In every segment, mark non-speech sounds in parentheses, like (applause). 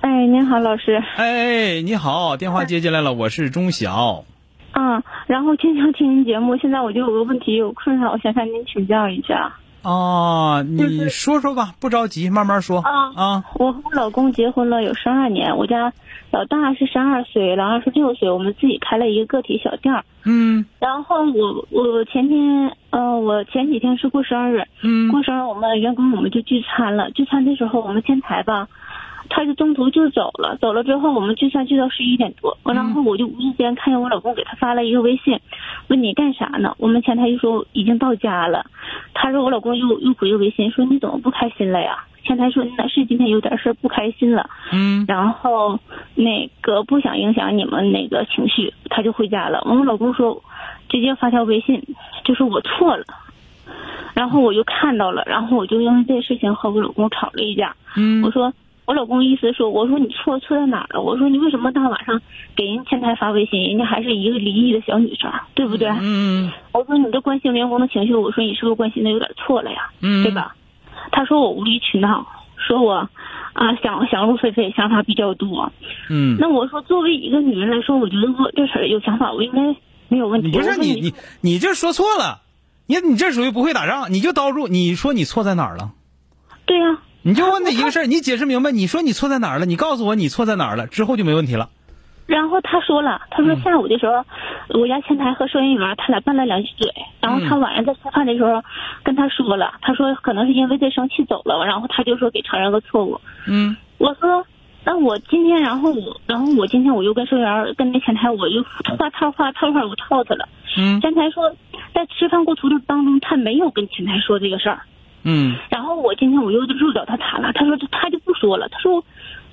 哎，您好，老师。哎，你好，电话接进来了，我是钟晓。嗯，然后经常听您节目，现在我就有个问题有困扰，想向您请教一下。啊，你说说吧，不着急，慢慢说。啊啊，我和我老公结婚了有十二年，我家老大是十二岁，老二十六岁，我们自己开了一个个体小店儿。嗯然后我我前天，呃，我前几天是过生日，嗯过生日我们员工我们就聚餐了，聚餐的时候我们前台吧，他就中途就走了，走了之后我们聚餐聚到十一点多，然后我就无意间看见我老公给他发了一个微信，问你干啥呢？我们前台就说已经到家了，他说我老公又又回个微信说你怎么不开心了呀？前台说那是今天有点事儿不开心了，嗯然后那个不想影响你们那个情绪，他就回家了。我老公说，直接发条微信，就说我错了。然后我就看到了，然后我就因为这事情和我老公吵了一架。我嗯说，我老公意思说，我说你错错在哪儿了？我说你为什么大晚上给人前台发微信？人家还是一个离异的小女生，对不对？嗯我说你这关心员工的情绪，我说你是不是关心的有点错了呀？嗯，对？吧？他说我无理取闹，说我啊想想入非非，想法比较多。嗯，那我说作为一个女人来说，我觉得我这事儿有想法，我应该没有问题。不是我说你你你这说错了，你你这属于不会打仗，你就叨住，你说你错在哪儿了？对啊呀、你就问他一个事儿，你解释明白，你说你错在哪儿了，你告诉我你错在哪儿了，之后就没问题了。然后他说了，他说嗯下午的时候，我家前台和收银员他俩拌了两句嘴，然后他嗯晚上在吃饭的时候跟他说了，他说可能是因为这生气走了，然后他就说给承认个错误。嗯我说，那我今天，然后我，然后我今天我又跟收银员跟那前台，我又话套话套话我套他了。嗯前台说，在吃饭过程当中，他没有跟前台说这个事儿。嗯然后我今天我又入到他谈了，他说他就不说了，他说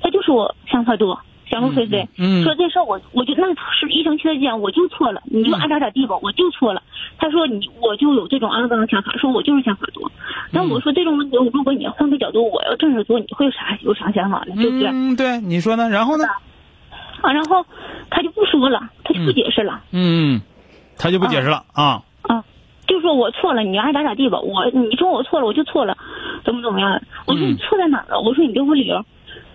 他就说我想法多，想入非非，嗯嗯说这事儿我我就那是一生气的讲，我就错了，你就嗯爱咋咋地吧，我就错了。他说你我就有这种肮脏的想法，说我就是想法多。那嗯我说这种问题，如果你换个角度，我要正着做，你会有啥有啥想法呢？对不对？嗯，对，你说呢？然后呢？啊，然后他就不说了，他就不解释了。嗯，他就不解释了啊。啊，就说我错了，你爱咋咋地吧。我你说我错了，我就错了，怎么怎么样的？我说嗯你错在哪儿了？我说你给我理由。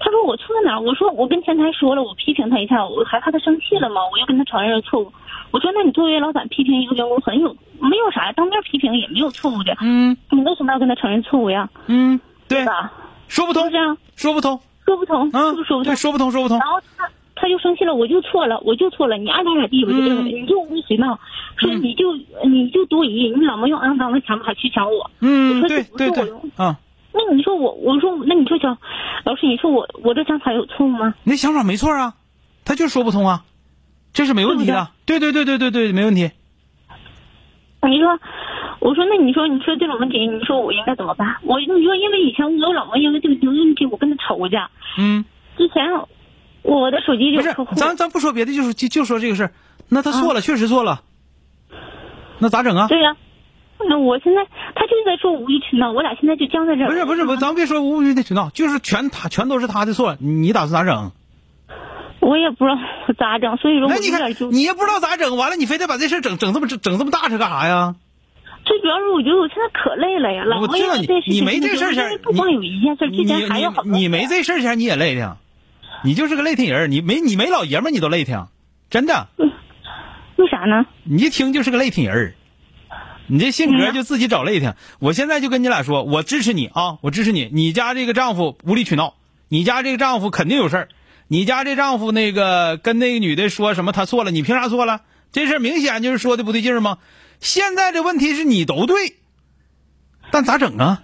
他说我错在哪儿？我说我跟前台说了，我批评他一下，我还怕他生气了吗？我又跟他承认了错误。我说那你作为老板批评一个员工很有没有啥，当面批评也没有错误的，嗯你为什么要跟他承认错误呀？嗯，对对，吧？说不是不通是这，样？说不通，说不通，啊是不是说不，通啊对，？说不通，说不通然。后他他就生气了，我就错了，我就错了，你爱咋咋地吧，就这个嗯你就无理取闹，说你就你就多疑，你老没用肮脏的想法去想我。嗯，我说对这不对是我对用，啊，那你说我，我说那你说小老师，你说我我这想法有错误吗？你那想法没错啊，他就是说不通啊，这是没问题的。对对对对对对，没问题。你说，我说那你说你说这种问题，你说我应该怎么办？我你说因为以前我老公因为这个问题我跟他吵过架，嗯，之前我的手机不有是客户，，咱咱不说别的，就是就就说这个事儿。那他错了，确实错了，那咋整啊？啊对呀、那我现在他就在说无理取闹，我俩现在就僵在这儿。不是不是不是，咱别说无理取闹，就是全他全都是他的错，你打算咋整？我也不知道我咋整，所以说我那有你点看纠结。你也不知道咋整，完了你非得把这事儿整整这么整这么大是干啥呀？最主要是我觉得我现在可累了呀，老我公知因道为你这事情你没就这事儿因为前不光你有一件事，之你前还有好多你你没事这事儿前你也累挺，你就是个累挺人儿，你没你没老爷们儿你都累挺，真的，为啥呢？你一听就是个累挺人儿，你这性格嗯就自己找累挺。我现在就跟你俩说，我支持你啊，我支持你。你家这个丈夫无理取闹，你家这个丈夫肯定有事儿，你家这丈夫那个跟那个女的说什么他错了，你凭啥错了？这事儿明显就是说的不对劲儿吗？现在这问题是你都对，但咋整啊？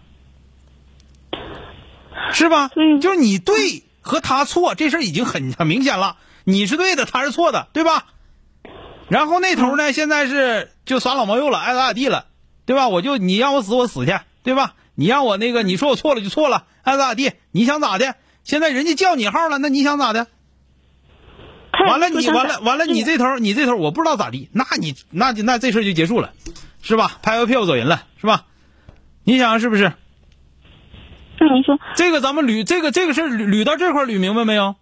是吧对？就是你对和他错这事儿已经很很明显了，你是对的，他是错的，对吧？然后那头呢，现在是就耍老毛幼了，爱咋咋地了，对吧？我就你让我死我死去，对吧？你让我那个你说我错了就错了，爱咋咋地，你想咋的？现在人家叫你号了，那你想咋的？他 (laughs) 完了说你想完咋了完了对你这头你这头我不知道咋地，那你那就那这事儿就结束了，是吧？拍拍屁股走人了，是吧？你想想是不是？那您说这个咱们捋这个这个事儿捋捋到这块儿捋明白没有？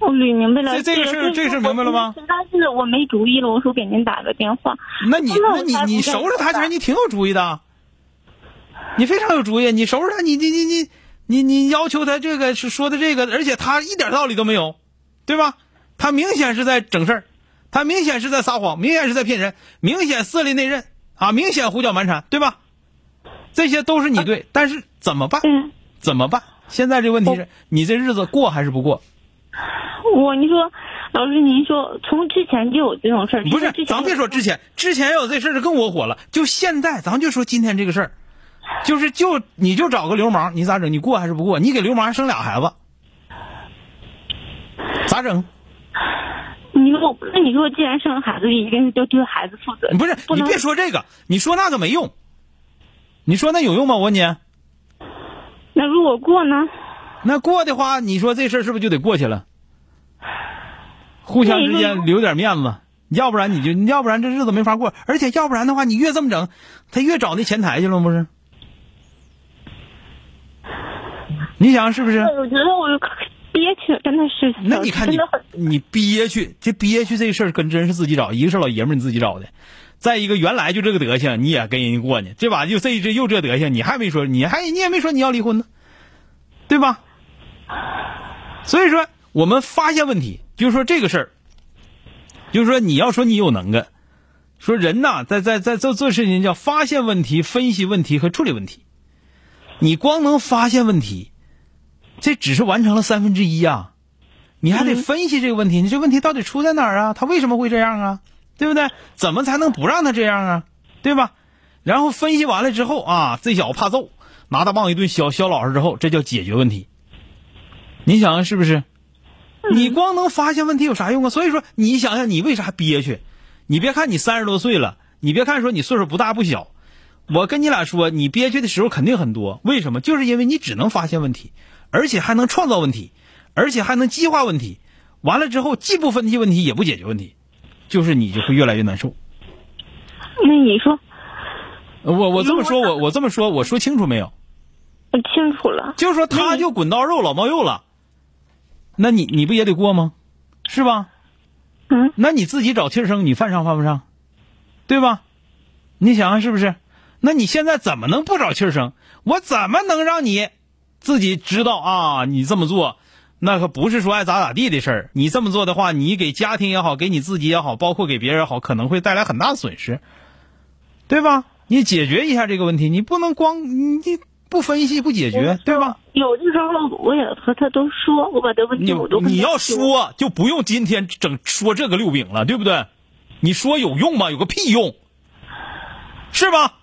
我捋哦明白了，这这个事儿这个事儿明白了吗？但是我没主意了，我说给您打个电话。那你 (laughs) 那我那你才不你干收拾他呢前，你挺有主意的，你非常有主意，你收拾他，你你你你你你要求他这个是说的这个，而且他一点道理都没有，对吧？他明显是在整事儿，他明显是在撒谎，明显是在骗人，明显色厉内荏啊，明显胡搅蛮缠，对吧？这些都是你对，但是怎么办？嗯，怎么办？现在这问题哦是你这日子过还是不过？我你说，老师您说，从之前就有这种事儿，不是因为之，前咱别说之前，之前要有这事儿就更窝火了。就现在，咱就说今天这个事儿，就是就你就找个流氓，你咋整？你过还是不过？你给流氓还生俩孩子，咋整？你说，那你说，既然生了孩子，一定是要对孩子负责。不是，不你能别说这个，你说那个没用。你说那有用吗？我问你，那如果过呢？那过的话，你说这事儿是不是就得过去了？互相之间留点面子，要不然你就要不然这日子没法过，而且要不然的话，你越这么整，他越找那前台去了，不是？你想是不是？我觉得我就憋屈了，真的是。 (laughs) 那你看真你的很你憋屈，这憋屈这事儿跟真是自己找，一个是老爷们儿你自己找的，再一个原来就这个德行，你也跟人家过呢，这把就这这又这德行，你还没说，你还你也没说你要离婚呢，对吧？所以说我们发现问题，就是说这个事儿，就是说你要说你有能干，说人呐，在在在做做事情叫发现问题、分析问题和处理问题，你光能发现问题，这只是完成了三分之一啊。你还得分析这个问题，你这问题到底出在哪儿啊？他为什么会这样啊？对不对？怎么才能不让他这样啊？对吧？然后分析完了之后啊，这小子怕揍，拿大棒一顿削，削老实之后，这叫解决问题。你想想啊是不是？你光能发现问题有啥用啊？所以说，你想想你为啥憋屈？你别看你三十多岁了，你别看说你岁数不大不小，我跟你俩说，你憋屈的时候肯定很多，为什么？就是因为你只能发现问题，而且还能创造问题，而且还能激化问题。完了之后，既不分析问题，也不解决问题，就是你就会越来越难受。那你说，呃我我这么说，我我这么说，我说清楚没有？我清楚了。就是说，他就滚刀肉老猫肉了，那你你不也得过吗？是吧？嗯，那你自己找气儿生，你犯上犯不上？对吧？你想啊想是不是？那你现在怎么能不找气儿生？我怎么能让你自己知道啊？你这么做，那可不是说爱咋咋地的事儿。你这么做的话，你给家庭也好，给你自己也好，包括给别人也好，可能会带来很大损失，对吧？你解决一下这个问题，你不能光你你不分析不解决，对吧？有的时候我也和他都说，我把这问你题我都跟他你要说就不用今天整说这个六饼了，对不对？你说有用吗？有个屁用，是吧？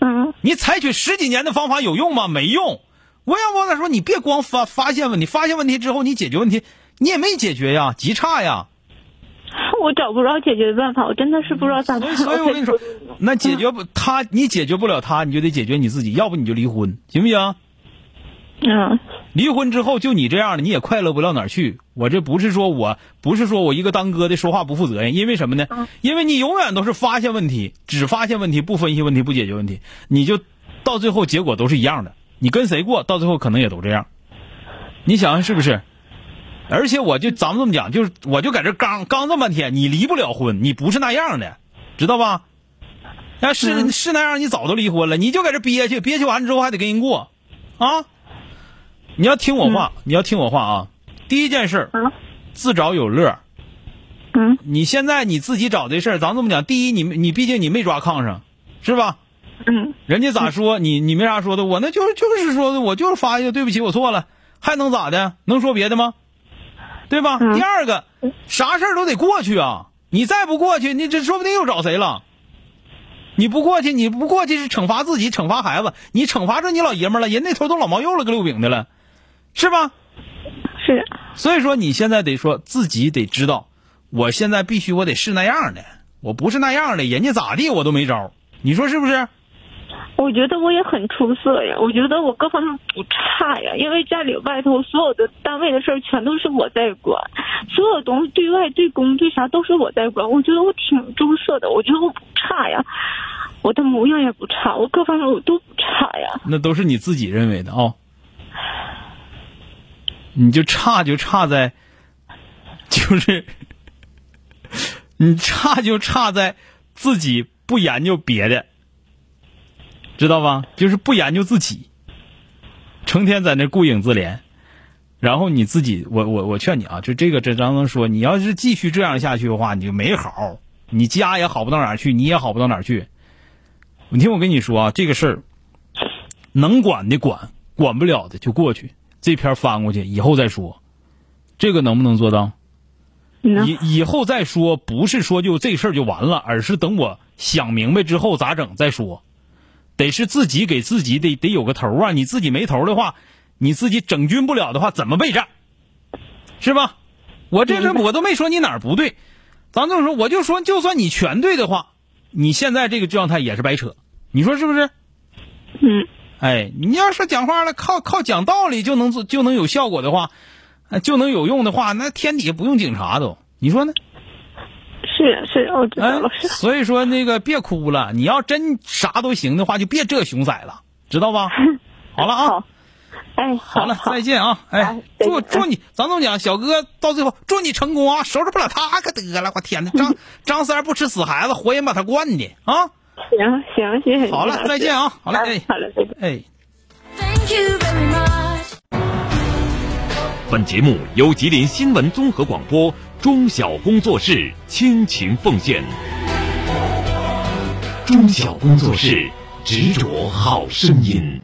嗯，你采取十几年的方法有用吗？没用。我要往那说，你别光发发现问题，发现问题之后你解决问题，你也没解决呀，极差 (laughs) 呀。我找不着解决办法，我真的是不知道咋所办。以，所以我跟你说才说这种，那解决不他，你解决不了他，你就得解决你自己，要不你就离婚，行不行？嗯，离婚之后就你这样的，你也快乐不到哪儿去。我这不是说我不是说我一个当哥的说话不负责任，因为什么呢？因为你永远都是发现问题，只发现问题，不分析问题，不解决问题，你就到最后结果都是一样的。你跟谁过，到最后可能也都这样。你想想是不是？而且我就咱们这么讲，就是我就在这刚刚这么半天，你离不了婚，你不是那样的，知道吧？要是、是那样，你早都离婚了，你就在这憋屈，憋屈完之后还得跟人过，啊！你要听我话，你要听我话啊！第一件事儿，嗯自找有乐儿。嗯你现在你自己找这事儿，咱这么讲，第一，你你毕竟你没抓炕上，是吧？嗯人家咋说你你没啥说的，我那就就是说的，我就是发一个对不起，我错了，还能咋的？能说别的吗？对吧？嗯第二个，啥事儿都得过去啊！你再不过去，你这说不定又找谁了。你不过去，你不过去是惩罚自己，惩罚孩子，你惩罚着你老爷们儿了，人那头都老毛幼了，个六饼的了，是吧？是，所以说，你现在得说自己得知道，我现在必须我得是那样的，我不是那样的，人家咋地我都没招儿，你说是不是？我我觉得我也很出色呀，我觉得我各方面不差呀，因为家里外头所有的单位的事儿全都是我在管，所有东西对外对公对啥都是我在管，我觉得我挺出色的，我觉得我不差呀，我的模样也不差，我各方面我都不差呀。 (laughs) 那都是你自己认为的哦。你就差就差在，就是 (laughs) 你差就差在自己不研究别的，知道吧？就是不研究自己，成天在那顾影自怜。然后你自己，我我我劝你啊，就这个这张能说，你要是继续这样下去的话，你就没好，你家也好不到哪儿去，你也好不到哪儿去。你听我跟你说啊，这个事儿能管的管，管不了的就过去，这篇翻过去以后再说，这个能不能做到？你呢？以以后再说，不是说就这事儿就完了，而是等我想明白之后咋整再说，得是自己给自己得得有个头啊！你自己没头的话，你自己整军不了的话，怎么备战？是吧？我这这我都没说你哪儿不对，咱这么说，我就说，就算你全对的话，你现在这个状态也是白扯，你说是不是？嗯，哎，你要说讲话了，靠靠讲道理就能做就能有效果的话，呃就能有用的话，那天底下不用警察都，你说呢？是是，啊我知道哎了，是，所以说那个别哭了，你要真啥都行的话，就别这熊仔了，知道 (laughs) 吧？好了啊，好，哎，好了，再见啊！哎好，再见祝祝你，咱总讲小哥到最后祝你成功啊！收拾不了他可得了，我天哪，张张三不吃死孩子，活人把他惯的啊！行行，谢谢你。好了，再见啊！好好了，哎好了，再见。哎。 Thank you very much. 本节目由吉林新闻综合广播中小工作室倾情奉献。中小工作室执着好声音。